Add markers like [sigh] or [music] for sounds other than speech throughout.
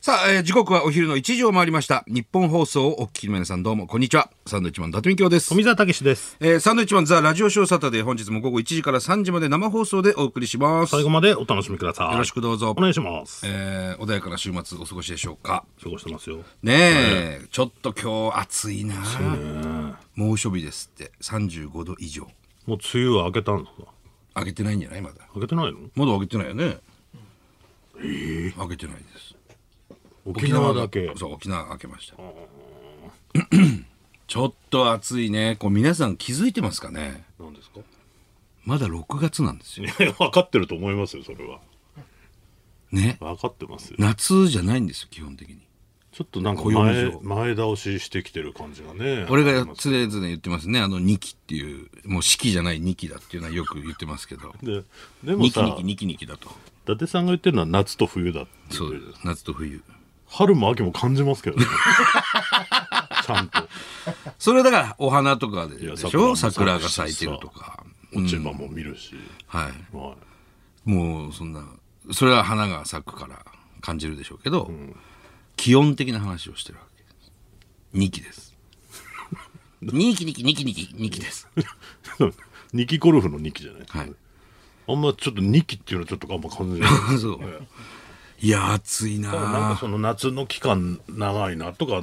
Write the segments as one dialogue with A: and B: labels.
A: さあ、えー時刻はお昼の1時を回りました。日本放送をお聞きの皆さんどうもこんにちは。サンドウィッチマン伊達美京です。
B: 富澤たけしです。
A: えーサンドウィッチマンザラジオショーサタデー本日も午後1時から3時まで生放送でお送りします。
B: 最
A: よ
B: 後までお楽しみください。
A: ろしくどうぞ
B: お。願いします。
A: えー穏やかな週末お過ごしでしょうか。
B: 過ごしてますよ。
A: ねえ、ちょっと今日暑いな。猛暑日ですって35度以上。
B: もう梅雨は明けたんだ。
A: 上げてないんじゃないまだ。
B: 明けてないの
A: まだ上げてないよね。ええ上げてないです。
B: 沖縄だけ。
A: そう沖縄開けました [clears throat] ちょっと暑いねこう皆さん気づいてますかね
B: なんですか
A: まだ6月なんですよ
B: いや、 [laughs] 分かってると思いますよ、それは。
A: ね
B: 分かってますよ。
A: 夏じゃないんですよ基本的に
B: ちょっとなんか
A: 暦
B: 前
A: 上
B: 前倒ししてきてる感じがね。
A: 俺が常々言ってますねあの2期っていうもう四季じゃない2期だっていうのはよく言ってますけど
B: でで
A: 2
B: も
A: 期
B: さ、
A: 2期2期2期だと
B: 伊達さんが言ってるのは夏と冬だって言
A: そ
B: って
A: う
B: るじゃないですか
A: 夏と冬
B: 春も秋も感じますけ
A: [laughs]
B: どね。ちゃんと。
A: それはだからお花とかで
B: いや
A: でしょ
B: 桜
A: 桜
B: も
A: が
B: 咲
A: 咲
B: く
A: い
B: して
A: るとか、うん
B: 落ち葉も見るし。
A: はい
B: はい
A: もうそんなそれは花が咲くから感じるでしょうけど、気温的な話をしてるわけです2期です2期2期2期2期2期です
B: [laughs] 二期ゴルフの二期じゃないですか、
A: はい
B: あんまちょっと二期っていうのはちょっとあんま
A: [laughs]
B: 感じない
A: [laughs] そういや暑い
B: なんか
A: な
B: その夏の期間長いなとか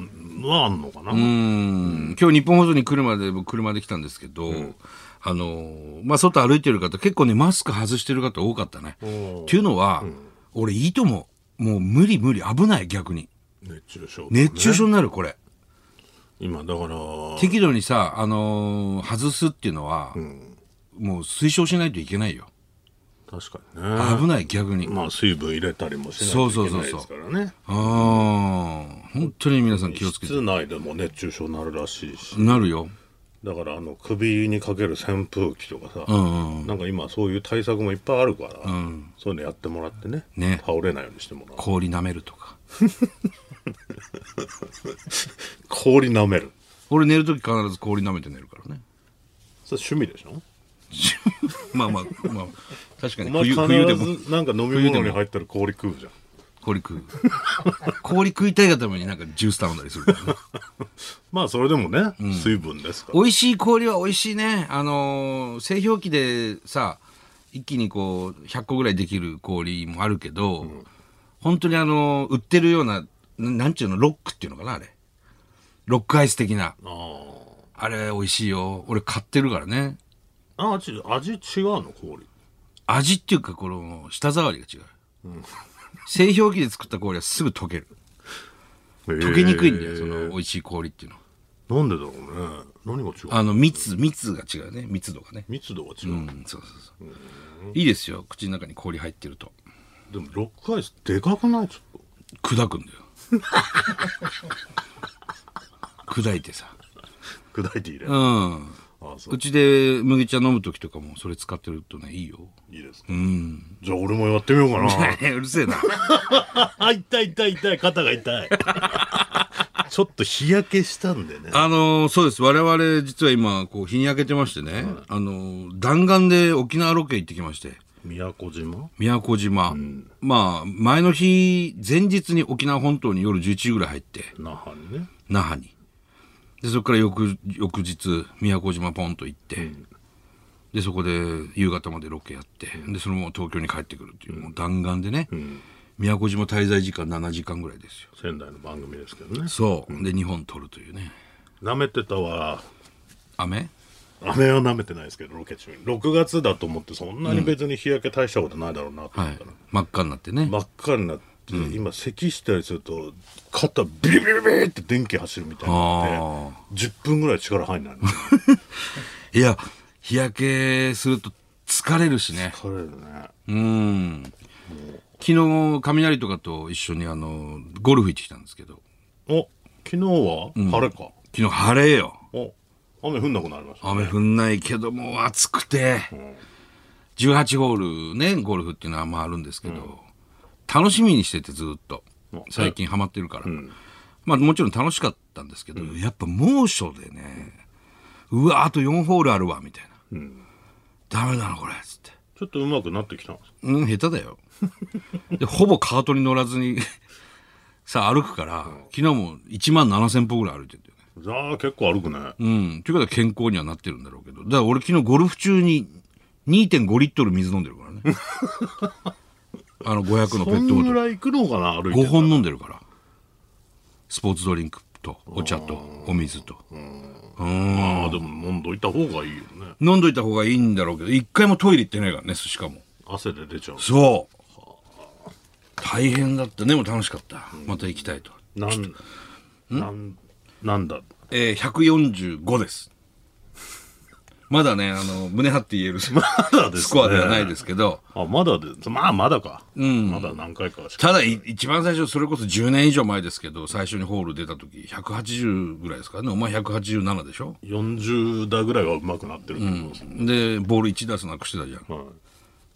B: はあんのかな、
A: うん今日日本放送に来るまで僕車で来たんですけど、あのーまあ外歩いてる方結構ねマスク外してる方多かったね
B: ん
A: っていうのは、俺いいとももう無理無理危ない逆に
B: 熱中症とかね、
A: 熱中症になるこれ、
B: 今だから
A: 適度にさ、あのー外すっていうのは、もう推奨しないといけないよ。
B: 確かにね
A: 危ない、逆に。うん。
B: まあ水分入れたりもしないといけないですからね
A: 本当に皆さん気をつけて。
B: 室内でも熱中症になるらしいし
A: なるよ。
B: だからあの首にかける扇風機とかさ、
A: うん、うん。
B: なんか今そういう対策もいっぱいあるから、そういうのやってもらってね
A: ね
B: 倒れないようにしてもらう
A: 氷舐めるとか。
B: 氷舐める
A: 俺寝るとき必ず氷舐めて寝るからね。 [laughs]
B: それ趣味でしょ
A: まあまあ、まあ、確かに
B: お前
A: 冬
B: 必
A: 冬でも
B: ずなんか飲み物に入ったら氷食うじゃん
A: 氷食う。氷食いたいがためになんかジュース頼んだりするからね。
B: まあそれでもね、水分ですから
A: 美味しい氷は美味しいね。あのー製氷機でさ、一気にこう、100個ぐらいできる氷もあるけど、本当にあのー売ってるような、ななんちゅうの、ロックっていうのかな、あれ。ロックアイス的な。
B: あ
A: あれ、美味しいよ。俺買ってるからね。
B: ーあ味味違うの氷
A: 味っていうか、この、舌触りが違う。製氷機で作った氷はすぐ溶ける。溶
B: 溶
A: けにくいんだよ、その、美味しい氷っていうのは。
B: なんでだろうね何が違う
A: あの、密、密が違うね。密度がね。
B: 密度が違う、
A: うん、そうそうそう。いいですよ、口の中に氷入ってると。
B: でもロックアイスでかくないちょっ
A: 砕くんだよ [laughs] 砕いてさ
B: と砕いて入れる、
A: う
B: あ
A: ん
B: あそう
A: うちで麦茶飲む時とかもそれ使ってるとねいいよ
B: いいです
A: う
B: ね
A: ん
B: じゃあ俺もやってみようかな
A: [laughs] うるせえな
B: あ痛い痛い痛い肩が痛いちょっと日焼けしたんでね
A: [laughs] あのーそうです我々実は今こう日に焼けてましてね、あのー弾丸で沖縄ロケ行ってきまして
B: 宮古島
A: 宮古島、まあ前の日前日に沖縄本島に夜11時ぐらい入って
B: 那覇にね
A: 那覇にでそこから翌翌日宮古島ポンと行って、でそこで夕方までロケやってでそのまま東京に帰ってくるっていう,、もう弾丸でね、宮古島滞在時間7時間ぐらいですよ
B: 仙台の番組ですけどね
A: そう、で2本撮るというね
B: なめてたわ
A: 雨
B: 雨は舐めてないですけどロケ中に6月だと思ってそんなに別に日焼け大したことないだろうなと
A: は
B: 思っ
A: い
B: たら、
A: 真っ赤になってね、
B: 真っ赤になって、今咳したりすると肩ビリビリビリって電気走るみたいになって10分ぐらい力入んないの
A: いや日焼けすると疲れるしね
B: 疲れるね
A: うん昨日雷とかと一緒にあのゴルフ行ってきたんですけど
B: お昨日は晴れか、
A: 昨日晴れよ
B: お雨降んなくなりました、ね、
A: 雨降んないけどもう暑くて、18ホールねゴルフっていうのはまああるんですけど、楽しみにしててずっと
B: うん
A: 最近ハマってるから、まあもちろん楽しかったんですけど、やっぱ猛暑でね、うわあと4ホールあるわみたいな、ダメだなこれっつって
B: ちょっと上手くなってきたんですか
A: うん下手だよでほぼカートに乗らずに [laughs] さ、歩くから、昨日も1万7000歩ぐらい歩いてるんだよね。
B: じゃあ結構歩くね。
A: うん。ということは健康にはなってるんだろうけど。だから俺昨日ゴルフ中に2.5リットル水飲んでる
B: [laughs]
A: からね。あの500のペ
B: こん
A: ットボト
B: ぐ
A: ル。
B: らい行くのかな歩いて。
A: 5本飲んでるから。スポーツドリンクと、お茶と、お水と。うん。
B: ああ、でも飲んどいた方がいいよね。
A: 飲んどいた方がいいんだろうけど、一回もトイレ行ってないからね、しかも。
B: 汗で出ちゃう。
A: そう。大変だった。でも楽しかった。また行きたいと。
B: なん、なん、なんだ。
A: えー、145です。まだね、あの、胸張って言えるス
B: [laughs] まだですね。
A: スコアではないですけど、
B: あ、まだで、まあまだか。まだ何回かしか。
A: ただい一番最初、それこそ10年以上前ですけど、最初にホール出た時、180ぐらいですからね。お前187でしょ
B: 40代ぐらいはうまくなってるってことですね。
A: で、ボール1打数なくしてたじゃん。昨
B: はい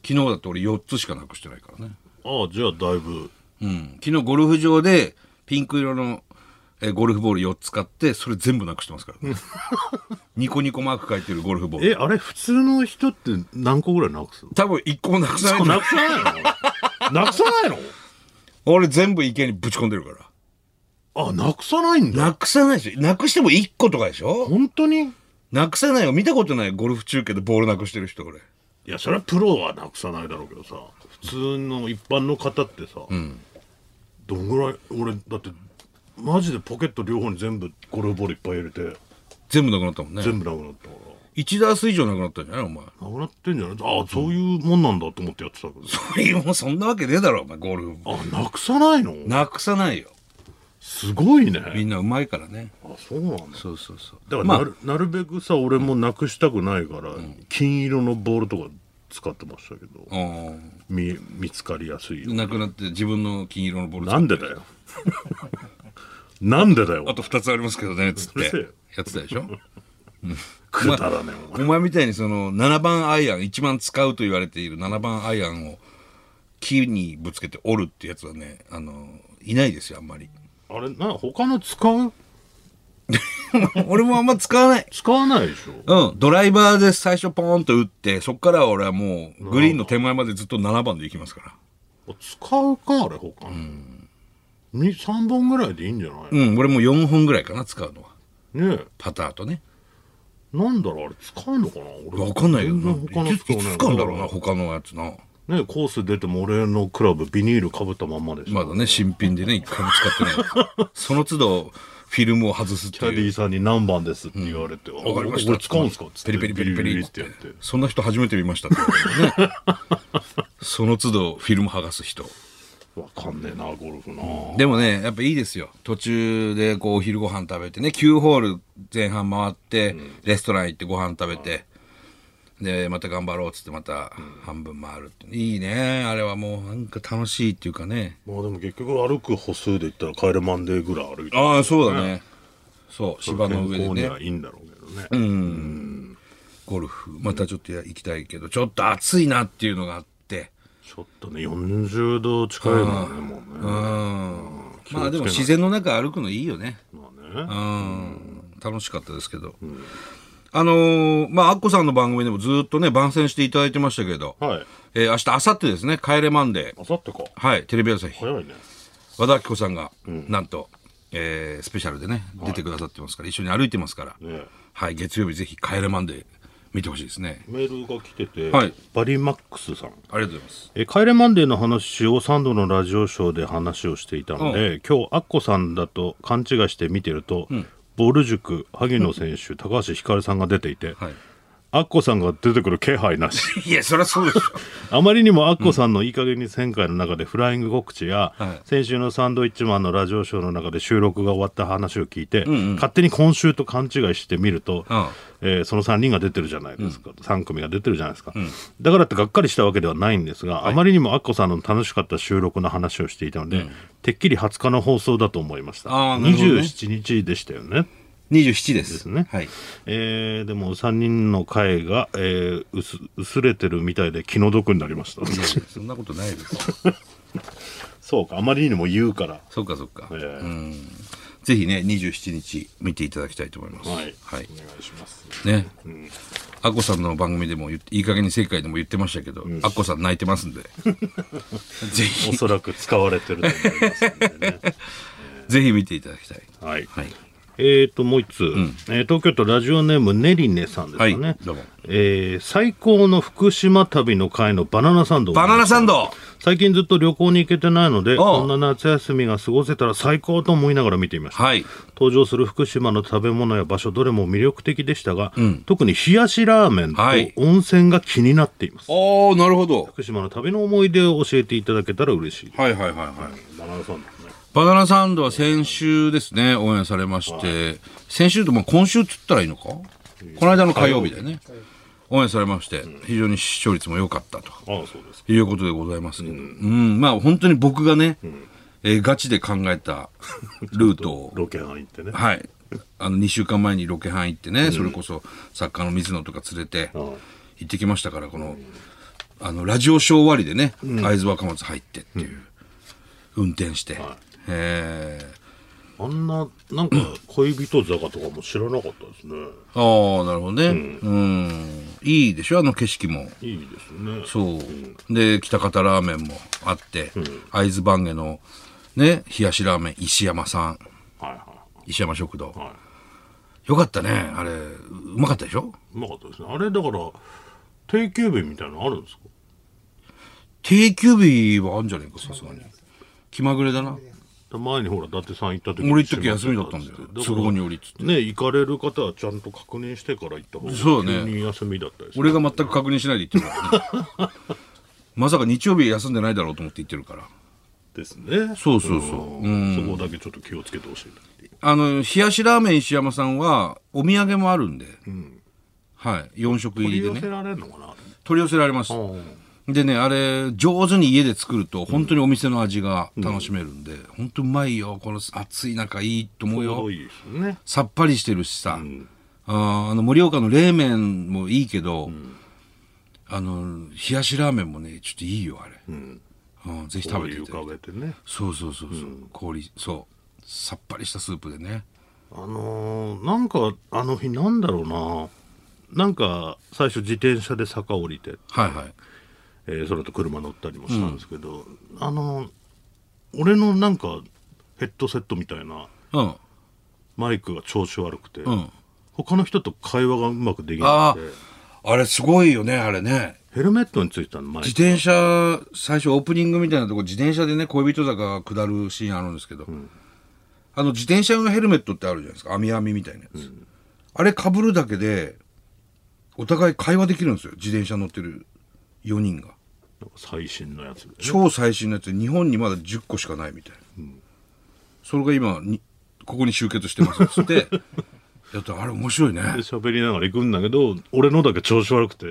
A: 日だって俺4つしかなくしてないからね。
B: ああ、じゃあだいぶ。
A: うん、昨日ゴルフ場でピンク色のえーゴルフボール4つ買ってそれ全部なくしてますから、ね、 [laughs] ニコニコマーク書いてるゴルフボール
B: え、あれ、普通の人って何個ぐらいなくすの
A: 多分1個もなくさないんだ
B: な
A: よ
B: くさないのなくさないの
A: 俺全部池にぶち込んでるから
B: あ、なくさないんだ。
A: なくさないでしょなくしても1個とかでしょ
B: 本当に
A: なくさないよ見たことないゴルフ中継でボールなくしてる人俺
B: いや、それはプロはなくさないだろうけどさ、普通の一般の方ってさ、どんぐらい、俺、だって、マジでポケット両方に全部ゴルフボールいっぱい入れて、
A: 全部なくなったもんね
B: 全部なくなったから。
A: 1ダース以上なくなったんじゃないお前
B: なくなってんじゃないああそういうもんなんだと思ってやってたけど
A: それもうそんなわけねえだろお前ゴルフ
B: あなくさないの
A: なくさないよ
B: すごいね
A: みんなうまいからね
B: あそうなんだ
A: そうそうそう
B: だから
A: ま
B: な
A: あ
B: る,、なるべくさ俺もなくしたくないから、金色のボールとか使ってましたけど、
A: うん
B: み見つかりやすいよ
A: なくなって自分の金色のボール
B: なんでだ
A: [laughs]
B: よなんでだ
A: あ
B: よ
A: と2つありますけどねつっ
B: う
A: て
B: るせえよ
A: やってたで [laughs] しょ
B: くだらね
A: お前みたいにその7番アイアン一番使うと言われている7番アイアンを木にぶつけて折るってやつはねあのいないですよあんまり [laughs]
B: えあれな他の使う
A: 俺もあんま使わない
B: 使わないでしょ
A: うんドライバーで最初ポーンと打ってそっからは俺はもうグリーンの手前までずっと7番で行きますから
B: 使うかあれ他の、に3本ぐらいでいいんじゃない、
A: うん俺も4本ぐらいかな使うのは
B: ねえ
A: パターとね
B: なんだろうあれ使うのかな俺
A: 分かんないけど
B: 全然他
A: な
B: の
A: いつ
B: 人
A: いつ使うんだろうな他のやつな
B: なねコース出ても俺のクラブビニールかぶったまんまでしょ、
A: まだね、新品でね、一回も使ってない。
B: [laughs]
A: その都度、フィルムを外すって
B: キャ
A: い
B: ディ
A: う。
B: ーさんに何番ですって言われて、わ
A: わかりました。
B: これ使うんすかっつっ
A: ペリ
B: て
A: ペリペリペリ
B: ってやって
A: そんな人初めて見ましたって言われ
B: [laughs]
A: てねその都度、フィルム剥がす人。
B: わかんねえなゴルフな、
A: でもね、やっぱいいですよ。途中で、こう、お昼ご飯食べてね、9ホール前半回って、レストラン行ってご飯食べて、で、また頑張ろうっつって、また半分回るって。いいね。あれはもう、なんか楽しいっていうかね。
B: まあでも結局歩く歩数で言ったら帰れマンデーぐらい歩いて
A: ああ、そうだね。そう、芝の上で
B: 健康に
A: ね。
B: はいいんだろうけどね、
A: ゴルフまたちょっとや行きたいけどちょっと暑いなっていうのがあって
B: ちょっとね40度近いのねもうね
A: うん
B: 気をつけない
A: まあでも自然の中歩くのいいよね
B: まあ
A: う
B: ね
A: ん楽しかったですけど、あのーまあアッコさんの番組でもずっとね番宣していただいてましたけど、
B: はい
A: えー明日明後日ですね「帰れマンデー
B: あさってか」
A: はいテレビ朝日
B: 早いね
A: 和田アキ子さんが、なんと、えースペシャルでね出てくださってますから、一緒に歩いてますから、
B: ね
A: はい月曜日ぜひ「帰れマンデー」見てほしいですね
B: メールが来てて、
A: はい
B: バリーマックスさん
A: ありがとうございます
B: えー帰れマンデーの話を3度のラジオショーで話をしていたので、今日アッコさんだと勘違いして見てると、ボル塾萩野選手、高橋ひかるさんが出ていて、
A: はい [laughs]
B: アッコさんが出てくる気配なし
A: いやそりゃそうでしょ
B: あまりにもアッコさんのいい加減に旋回の中でフライング告知や、
A: はい
B: 先週のサンドイッチマンのラジオショーの中で収録が終わった話を聞いて、勝手に今週と勘違いしてみると、
A: うん
B: えーその3人が出てるじゃないですか、3組が出てるじゃないですか、だからってがっかりしたわけではないんですが、あまりにもアッコさんの楽しかった収録の話をしていたので、てっきり20日の放送だと思いました、
A: あーなるほどね
B: 27日でしたよね
A: 27です
B: ですね
A: はい、
B: えーでも3人の会が、えー薄薄れてるみたいで気の毒になりました
A: そんなことないです [laughs]
B: そうかあまりにも言うから
A: そうかそうか、
B: えー
A: ぜひね27日見ていただきたいと思いますは
B: はい、
A: い
B: お願いします
A: ね、アッコさんの番組でも言っていい加減に世界でも言ってましたけど、アッコさん泣いてますんで [laughs] ぜひ
B: [laughs] おそらく使われてると思いますんでね
A: ぜひ見ていただきたい。
B: はい。
A: はい。
B: えーと、もう一通、えー東京都ラジオネームねりねさんですかね。
A: はいどうも
B: えー最高の福島旅の会のバナナサンド。
A: バナナサンド
B: 最近ずっと旅行に行けてないので、
A: おう
B: こんな夏休みが過ごせたら最高と思いながら見ていました。
A: はい。
B: 登場する福島の食べ物や場所どれも魅力的でしたが、特に冷やしラーメン
A: はい
B: と温泉が気になっています。
A: おー、なるほど。
B: 福島の旅の思い出を教えていただけたら嬉しい。
A: はいはいはいはい。
B: バナナサンドですね。
A: バナナサンドは先週ですね、応援されまして、先週と、まあ、今週っつったらいいのかこの間の火曜日だよね。応援されまして、非常に視聴率も良かったと
B: ああ、そうです。
A: いうことでございますけど、うん、まあ本当に僕がね、えーガチで考えたルートを、
B: ロケハン行ってね。
A: はい、あの2週間前にロケハン行ってね、それこそ作家の水野とか連れて
B: あ
A: 行ってきましたから、この、あの、ラジオショー終わりでね、会津若松入ってっていう、運転して、えー
B: あんな、なんか、恋人坂とかも知らなかったですね。
A: ああ、なるほどね。うん。いいでしょ、あの景色も。
B: いいですね。
A: そう。で、北方ラーメンもあって、会津番下の、ね、冷やしラーメン、石山さん、
B: はいは
A: 石山食堂
B: い。。はい。
A: よかったね、あれ、うまかったでしょ
B: うまかったですね。あれ、だから、定休日みたいなのあるんですか
A: 定休日はあるんじゃないか、さすがに。気まぐれだな。
B: 前にほら、伊達さん行った時
A: 俺行った時休みだったんだよ都合によりっつって
B: ね、行かれる方はちゃんと確認してから行った方が
A: そうだね
B: 急に休みだったりする
A: 俺が全く確認しないで行ってるから [laughs] ね。まさか日曜日休んでないだろうと思って行ってるから。
B: ですね。
A: そうそうそう。うん。
B: そこだけちょっと気をつけてほしいなっていう。
A: あの、冷やしラーメン石山さんは、お土産もあるんで、はい、4食入
B: 取
A: り
B: り
A: で
B: 寄せ
A: ね、
B: られるのかな
A: 取り寄せられます。でね、あれ、上手に家で作ると、本当にお店の味が楽しめるんで、本当うまいよ、この暑い中、いいと思う
B: ち
A: よ
B: ょう。どいいですね。
A: さっぱりしてるしさ、あーあの盛岡の冷麺もいいけど、あの冷やしラーメンもねちょっといいよあれ、うんぜひ食べていただ
B: お
A: き
B: 湯
A: たい
B: 浮かべてね。
A: そうそうそうそう、氷そうさっぱりしたスープでね
B: あのーなんかあの日なんだろうななんか最初自転車で坂降りて、
A: はいはい
B: えーその後車乗ったりもしたんですけど、あのー俺のなんかヘッドセットみたいな
A: うん
B: マイクが調子悪くて、
A: ん
B: 他の人と会話がうまくできな
A: あ
B: くて
A: ああれすごいよねあれね
B: ヘルメットについてたのマイ
A: 自
B: ク
A: 転車最初オープニングみたいなとこ自転車でね恋人坂が下るシーンあるんですけど、あの自転車用のヘルメットってあるじゃないですか網網みたいなやつ、あれかぶるだけでお互い会話できるんですよ自転車乗ってる4人が
B: 最新のやつでね、
A: 超最新のやつ日本にまだ10個しかないみたいな、それが今にここに集結してますっつって [laughs] やったらあれ面白いね
B: で喋りながら行くんだけど俺のだけ調子悪くて、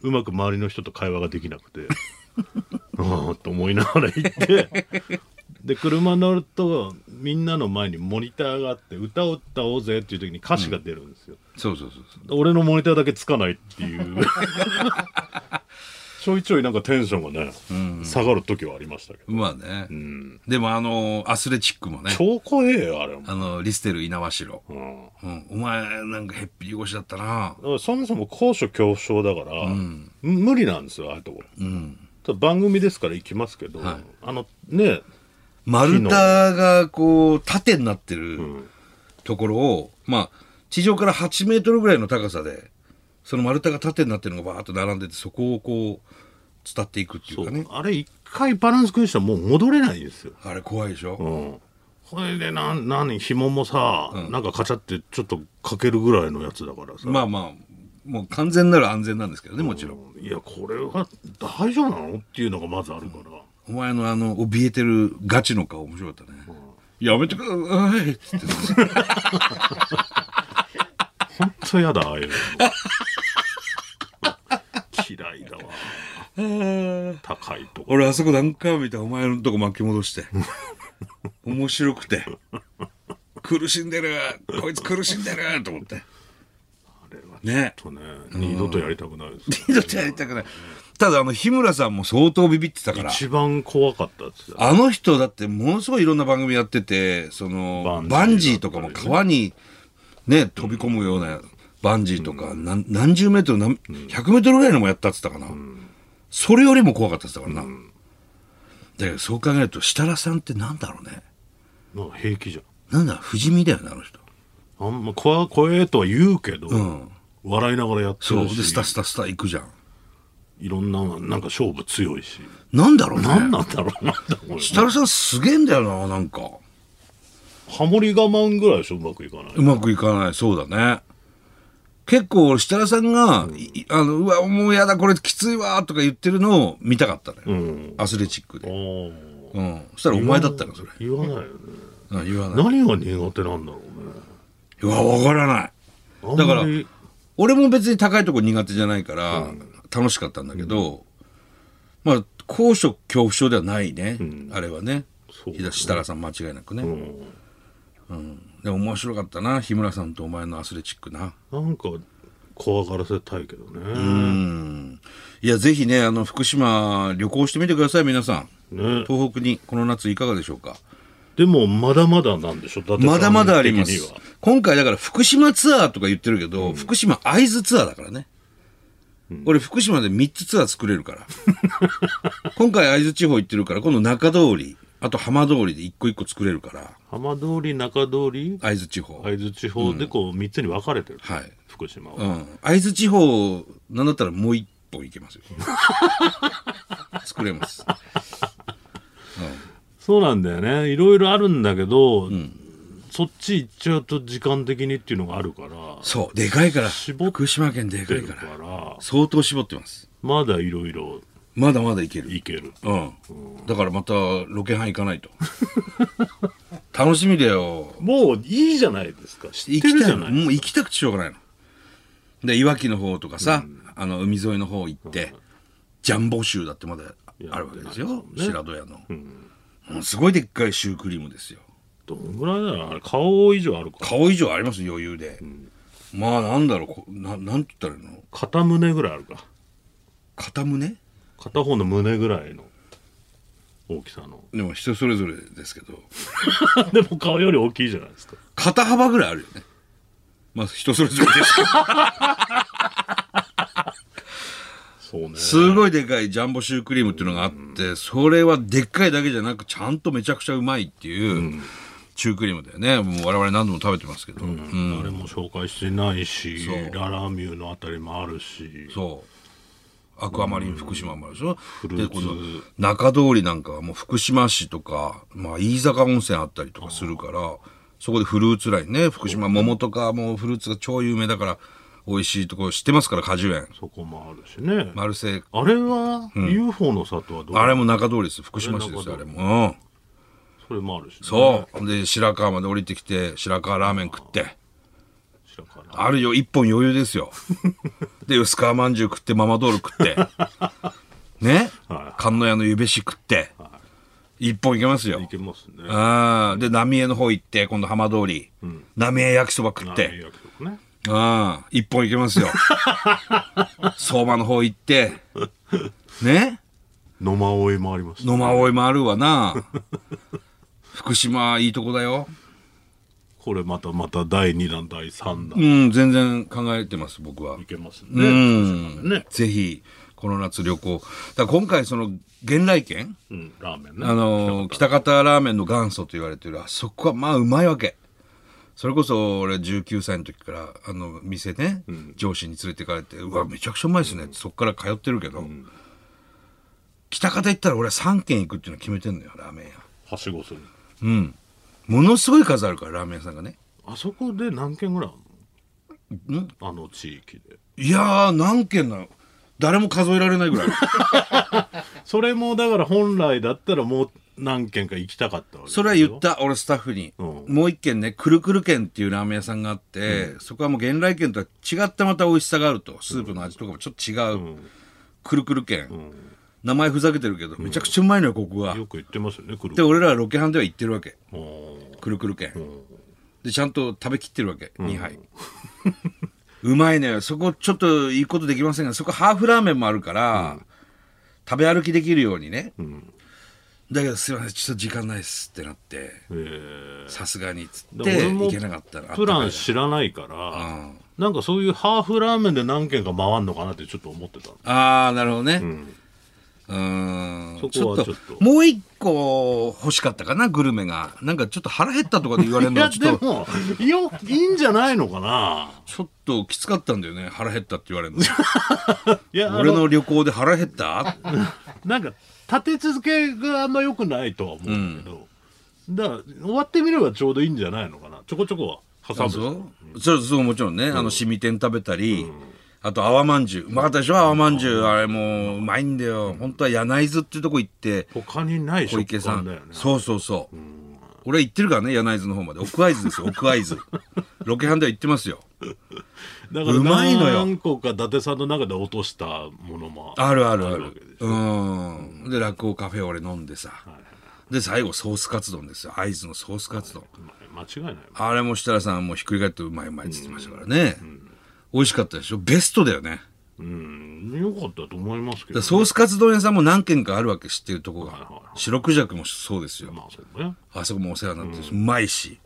B: うまく周りの人と会話ができなくて [laughs] ああと思いながら行ってで車乗るとみんなの前にモニターがあって歌を歌おうぜっていう時に歌詞が出るんですよ、
A: そうそうそうそう
B: 俺のモニターだけつかないっていう [laughs] ちょいちょいなんかテンションがね、下がる時はありましたけど
A: まあね、でもあのアスレチックもね
B: 超怖えよあれも、
A: あのリステル猪苗代
B: うん
A: うん、お前なんかへっぴり腰だったな
B: だからそもそも高所恐怖症だから、無理なんですよああいうところ、ただ番組ですから行きますけど、あのね
A: 丸太がこう縦になってるところを、まあ地上から8メートルぐらいの高さでその丸太が縦になってるのがバーッと並んでてそこをこう伝っていくってい
B: そうう
A: かね
B: あれ一回バランス崩したらもう戻れないんですよ、
A: あれ怖いでしょ、
B: うん、これでなん何紐もさ、なんかカチャってちょっとかけるぐらいのやつだからさ、
A: まあまあもう完全なる安全なんですけどねもちろん、
B: うんいやこれは大丈夫なのっていうのがまずあるから、 [laughs]
A: お前のあの怯えてるガチの顔面白かったね、やめてくださいっつって
B: ほんとやだああいうの [laughs] 嫌いだわ高いとこ
A: 俺あそこ何回も見たお前のとこ巻き戻して [laughs] 面白くて苦しんでるこいつ苦しんでると思って
B: あれは
A: ね
B: ちょっとね二度とやりたくないです、ね、 [laughs]
A: 二度とやりたくないただあの日村さんも相当ビビってたから
B: 一番怖かったっつって
A: あの人だってものすごいいろんな番組やっててそのバ
B: バ
A: ン
B: ン
A: ジ
B: ジ
A: ー
B: ー
A: とかも
B: だったりね
A: 川にね飛び込むようなバンジーとか、なん何十メートル何100メートルぐらいのもやったっつったかな、それよりも怖かったっつったからな、だけどそう考えると設楽さんってなんだろうね
B: なんか平気じゃん
A: なんだ不死身だよねあの人
B: あんま怖怖えとは言うけど、
A: ん
B: 笑いながらやって
A: そう
B: る
A: でス
B: し
A: タスタスタ行くじゃん
B: いろんななんか勝負強いし
A: なんだろうね
B: 何なんだろうなって思うよ
A: 設楽さんすげえんだよななんか
B: ハモリ我慢ぐらいでしょうまくいかないう
A: まくいかないそうだね結構俺設楽さんが「いあのうわもうやだこれきついわ」とか言ってるのを見たかったのよ、
B: うん
A: アスレチック
B: あ
A: で、
B: ー
A: うん、そしたらお前だったのそれ
B: 言わないよね
A: うん言わない
B: 何が苦手なんだろ
A: いやわからないう
B: ね
A: だから
B: あんまり
A: 俺も別に高いとこ苦手じゃないから、楽しかったんだけど、まあ高所恐怖症ではないね、あれはね
B: そう
A: 日田設楽さん間違いなくね、
B: うん
A: でも面白かったな日村さんとお前のアスレチックな
B: なんか怖がらせたいけどね
A: うんいやぜひねあの福島旅行してみてください皆さん
B: ね
A: 東北にこの夏いかがでしょうか
B: でもまだまだなんでしょだって
A: まだまだありま
B: 基
A: す
B: 本的には
A: 今回だから福島ツアーとか言ってるけど、福島会津ツアーだからね、俺福島で3つツアー作れるから今回会津地方行ってるから今度中通りあと浜通りで一個一個作れるから
B: 浜通り中通り
A: 会津地方はい、
B: 会津地方でこう3つに分かれてる、福島は、
A: うん、会津地方なんだったらもう一本行け
B: [laughs]
A: ますよ作れます
B: そうなんだよねいろいろあるんだけど、そっち行っちゃうと時間的にっていうのがあるから
A: そうでかいから
B: 絞って
A: 福島県でか
B: 出
A: い
B: る
A: か
B: からら
A: 相当絞ってます
B: まだいろいろ
A: まだまだいける
B: 行ける
A: うん。だからまたロケハン行かない
B: [laughs]
A: と。楽しみだよ。
B: もういいじゃないですか知っ
A: 行
B: て
A: き
B: る
A: た
B: じ
A: い
B: ゃ
A: の。
B: ない
A: もう行きたくてしょうがないの。で、いわきの方とかさ、あの、海沿いの方行って、ジャンボ州だってまだあるわけです
B: いや
A: よ。
B: そうね
A: 白戸屋の、うんすごいでっかいシュークリームですよ。
B: どんぐらいだろうあれ顔以上あるか
A: 顔以上あります余裕で。まあ、なんだろうこな、なんて言ったらいいの
B: 片胸ぐらいあるか
A: 片胸
B: 片方の胸ぐらいの大きさの [laughs]
A: でも人それぞれですけど、
B: でも顔より大きいじゃないですか
A: 肩幅ぐらいあるよね。まあ、人それぞれですけど。
B: そうね
A: すごいでかいジャンボシュークリームっていうのがあって、それはでっかいだけじゃなく、ちゃんとめちゃくちゃうまいっていう、シュークリームだよね。もう我々何度も食べてますけど。うん
B: 誰も紹介してないし
A: そう
B: ララミューのあたりもあるし
A: そう。アクアマリン福島もあるでしょ。
B: ルーツ
A: で、この中通りなんかはもう福島市とか、まあ、飯坂温泉あったりとかするから、そこでフルーツラインね、福島桃とかもうフルーツが超有名だから、美味しいところ知ってますから、果樹園。
B: そこもあるしね、
A: マルセイ
B: あれは、UFO の里はどう
A: あれも中通りです。福島市ですよ、あれも。うん。
B: それもあるしね、
A: そう。で、白川まで降りてきて、白川ラーメン食って。
B: 白川
A: あるよ、一本余裕です
B: [laughs]
A: よ。で、薄皮まんじゅう食って、ママドール食って。ね
B: は
A: 観音屋のゆべし食って。一本いけます
B: い
A: よ。
B: けますね
A: ああ。で、浪江の方行って、今度浜通り。浪江焼きそば食っ
B: あれ
A: て。
B: 焼きそばね
A: ああ。一本いけ
B: [laughs]
A: ますよ。相馬の方行って。ね
B: 野間追いもあります
A: 野間追いもあるわ
B: [laughs]
A: な。福島いいとこだよ。
B: これまたまた第2弾第3弾、
A: うん、全然考えてます、僕は。
B: いけますね、
A: うん
B: ね
A: ぜひ、この夏旅行。だから今回、その、源来県、
B: うん、ラーメンね
A: あのー、北方ラーメンの元祖と言われてる、あそこはまあ、うまいわけ。それこそ、俺19歳の時から、あの、店ね、上司に連れてかれて、うわ、めちゃくちゃうまいですねって、そっから通ってるけど、北方行ったら俺は3軒行くっていうの決めてんのよ、ラーメン屋。
B: はしごする
A: うん。ものすごい数あるから、ラーメン屋さんがね。
B: あそこで何軒ぐらいあるの
A: ん
B: あの地域で
A: いやー、何軒なの誰も数えられないぐらい。
B: それもだから本来だったらもう何軒か行きたかったわけ
A: それは言った俺スタッフに、
B: うん
A: もう一軒ねくるくる軒っていうラーメン屋さんがあって、そこはもう原来軒とは違ったまた美味しさがあるとスープの味とかもちょっと違う、くるくる軒、名前ふざけてるけどめちゃくちゃうまいのよここは、
B: よく言ってますよねく
A: で
B: るくる
A: 俺らはロケハンでは行ってるわけ
B: うん
A: くるくる軒、でちゃんと食べきってるわけ、2杯うまいのよそこちょっといいことできませんがそこハーフラーメンもあるから、食べ歩きできるようにね、だけどすいませんちょっと時間ないっすってなって
B: えー
A: さすがにっつっ
B: で
A: て
B: 俺も
A: 行けなかったら
B: プラ
A: あっ
B: ン知らないから、なんかそういうハーフラーメンで何軒か回んのかなってちょっと思ってたの
A: たかいあーなるほどね、うん
B: そ
A: ちょ
B: こ
A: っと
B: はちょっと
A: もう一個欲しかったかなグルメがなんかちょっと腹減ったとかで言われる
B: い
A: の
B: や
A: はち
B: で
A: ょっと
B: もよいいんじゃないのかな
A: ちょっときつかったんだよね腹減ったって言われるの
B: い [laughs] やあ
A: 俺の旅行で腹減った
B: なんか立て続けがあんま良くないとは思うけど、だから終わってみればちょうどいいんじゃないのかなちょこちょこは挟
A: あ
B: む
A: そうそうそうもちろんね、あのしみ天食べたり、あと泡まんじゅううまかったでしょ泡まんじゅう、あれもううまいんだよ本当は柳津っていうとこ行って
B: 他にない
A: 小
B: 食
A: 池さん
B: 感だよね
A: そうそうそう、俺は行ってるからね柳津の方まで奥会津です
B: [laughs]
A: よ奥会津ロケハンでは行ってますよ
B: だから
A: うまいのよ
B: 何個か伊達さんの中で落としたものも
A: あるあるあ
B: わけで
A: る
B: しょ
A: うんで落語カフェ俺飲んでさ、で最後ソースカツ丼ですよ会津のソースカツ丼、
B: 間違いない
A: あれも設楽さんもひっくり返ってうまいうまいって言ってましたからね、美味しかったでしょベストだよね
B: うんよかったと思いますけ
A: だか
B: ど
A: らソースカツ丼屋さんも何軒かあるわけ知ってるとこ
B: い
A: が
B: はいはい。
A: 白クジャクもそうですよ。
B: まあそうね
A: あそこもお世話になってるし、うまいし。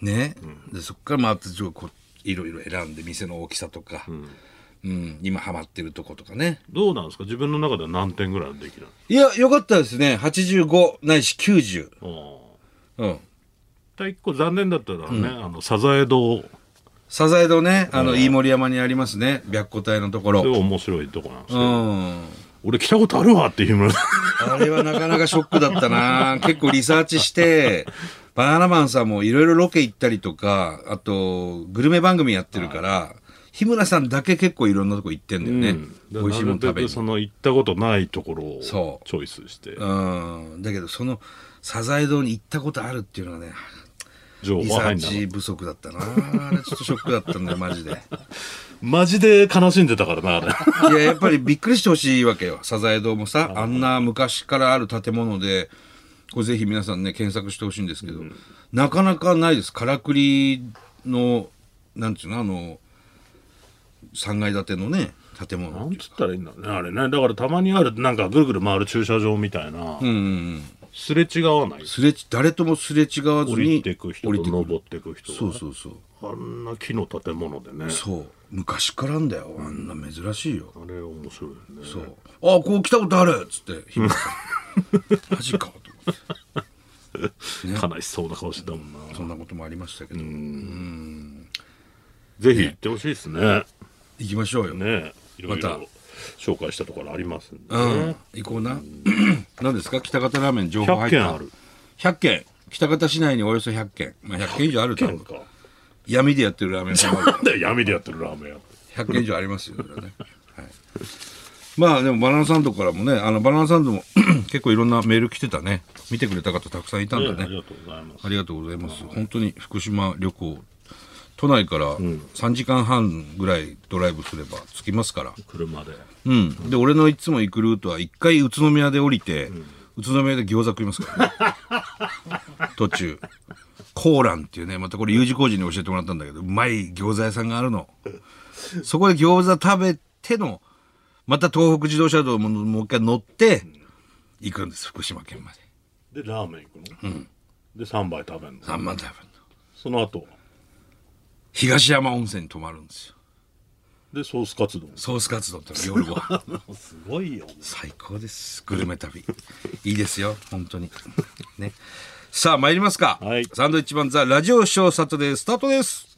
A: ね。で、そこからまた、ちょっとこういろいろ選んで、店の大きさとか、うん、今ハマってるとことかね。
B: どうなんですか自分の中では何点ぐらいできる
A: いや、よかったですね。85ないし90。
B: の
A: うん。
B: ああ一個残念だったのはね、あのサザエ堂
A: サザエドね、あの、飯盛山にありますね。白虎隊のとこ
B: で
A: ろ。
B: は面白いとこなんですけ
A: う
B: ど、
A: ん。
B: 俺来たことあるわっていう村
A: あれはなかなかショックだったな結構リサーチして、バナナマンさんもいろいろロケ行ったりとか、あと、グルメ番組やってるから、日村さんだけ結構いろんなとこ行ってんだ [laughs] よね。美味しいもん食
B: なるべ
A: べ
B: く
A: に。
B: その行ったことないところをチ
A: そう
B: ョイスして
A: うん。だけど、その、サザエ堂に行ったことあるっていうのはね、
B: 情
A: リ
B: 報
A: サ
B: 入
A: ー
B: んだ
A: チ不足だったなあれちょっとショックだったんだよ、マジで。い
B: マジで悲しんでたからなあれ
A: や、やっぱりびっくりしてほしいわけよ。サザエ堂もさ、あんな昔からある建物で、これぜひ皆さんね検索してほしいんですけど、なかなかないですからくりのなんていうのあの3階建てのね建
B: な
A: 物
B: んつったらいいんだろうねあれねだからたまにあるなんかぐるぐる回る駐車場みたいな、
A: うんうんうん
B: すれ違わない
A: すれち誰ともすれ違わずに
B: 降りてく人
A: 降
B: と
A: りてく
B: 登ってく人が
A: そ
B: ね
A: うそうそう
B: あんな木の建物でね
A: そう昔からんだよあんな珍しいよ、
B: あれ面白いよね
A: そうああこう来たことあるっつって日村
B: [laughs]
A: さんマジかと思って
B: 悲しそうな顔してたもんな、
A: そんなこともありましたけど、
B: ぜひ行ってほしいですね
A: 行きましょうよ、
B: ねいろい
A: ま
B: ろ紹介したところありますんで、
A: うん、行こうな [clears throat] 何ですか北方ラーメン情報入っ
B: 100
A: た
B: 件ある
A: 100軒北方市内におよそ100軒、まあ、100軒以上あると
B: 100
A: 思
B: 件
A: う
B: [laughs] か
A: 闇でやってるラーメン屋もある
B: なんだよ闇でやってるラーメン屋って
A: 100軒以上ありますよ、ねはい、まあでもバナナサンドからもねあのバナナサンドも [clears throat] 結構いろんなメール来てたね見てくれた方たくさんいたんだ
B: あ
A: ね
B: りがとうございます
A: ありがとうございます本当に福島旅行都内から3時間半ぐらいドライブすれば着きますから
B: 車で
A: うんで俺のいつも行くルートは1回宇都宮で降りて、宇都宮で餃子食いますからね途中コーランっていうねまたこれ U 字工事に教えてもらったんだけどうまい餃子屋さんがあるのそこで餃子食べてのまた東北自動車道ももう一回乗って行くんです福島県まで
B: でラーメン行くの、で3杯食べるの
A: 3万食べるの
B: その後
A: 東山温泉に泊まるんですよ
B: でソースカツ丼
A: ソースカツ丼っての夜ご飯
B: すごいよ
A: 最高ですグルメ旅いいですよ本当にねさあ参りますか、
B: はい
A: サンドイッチマンザラジオショーサタデースタートです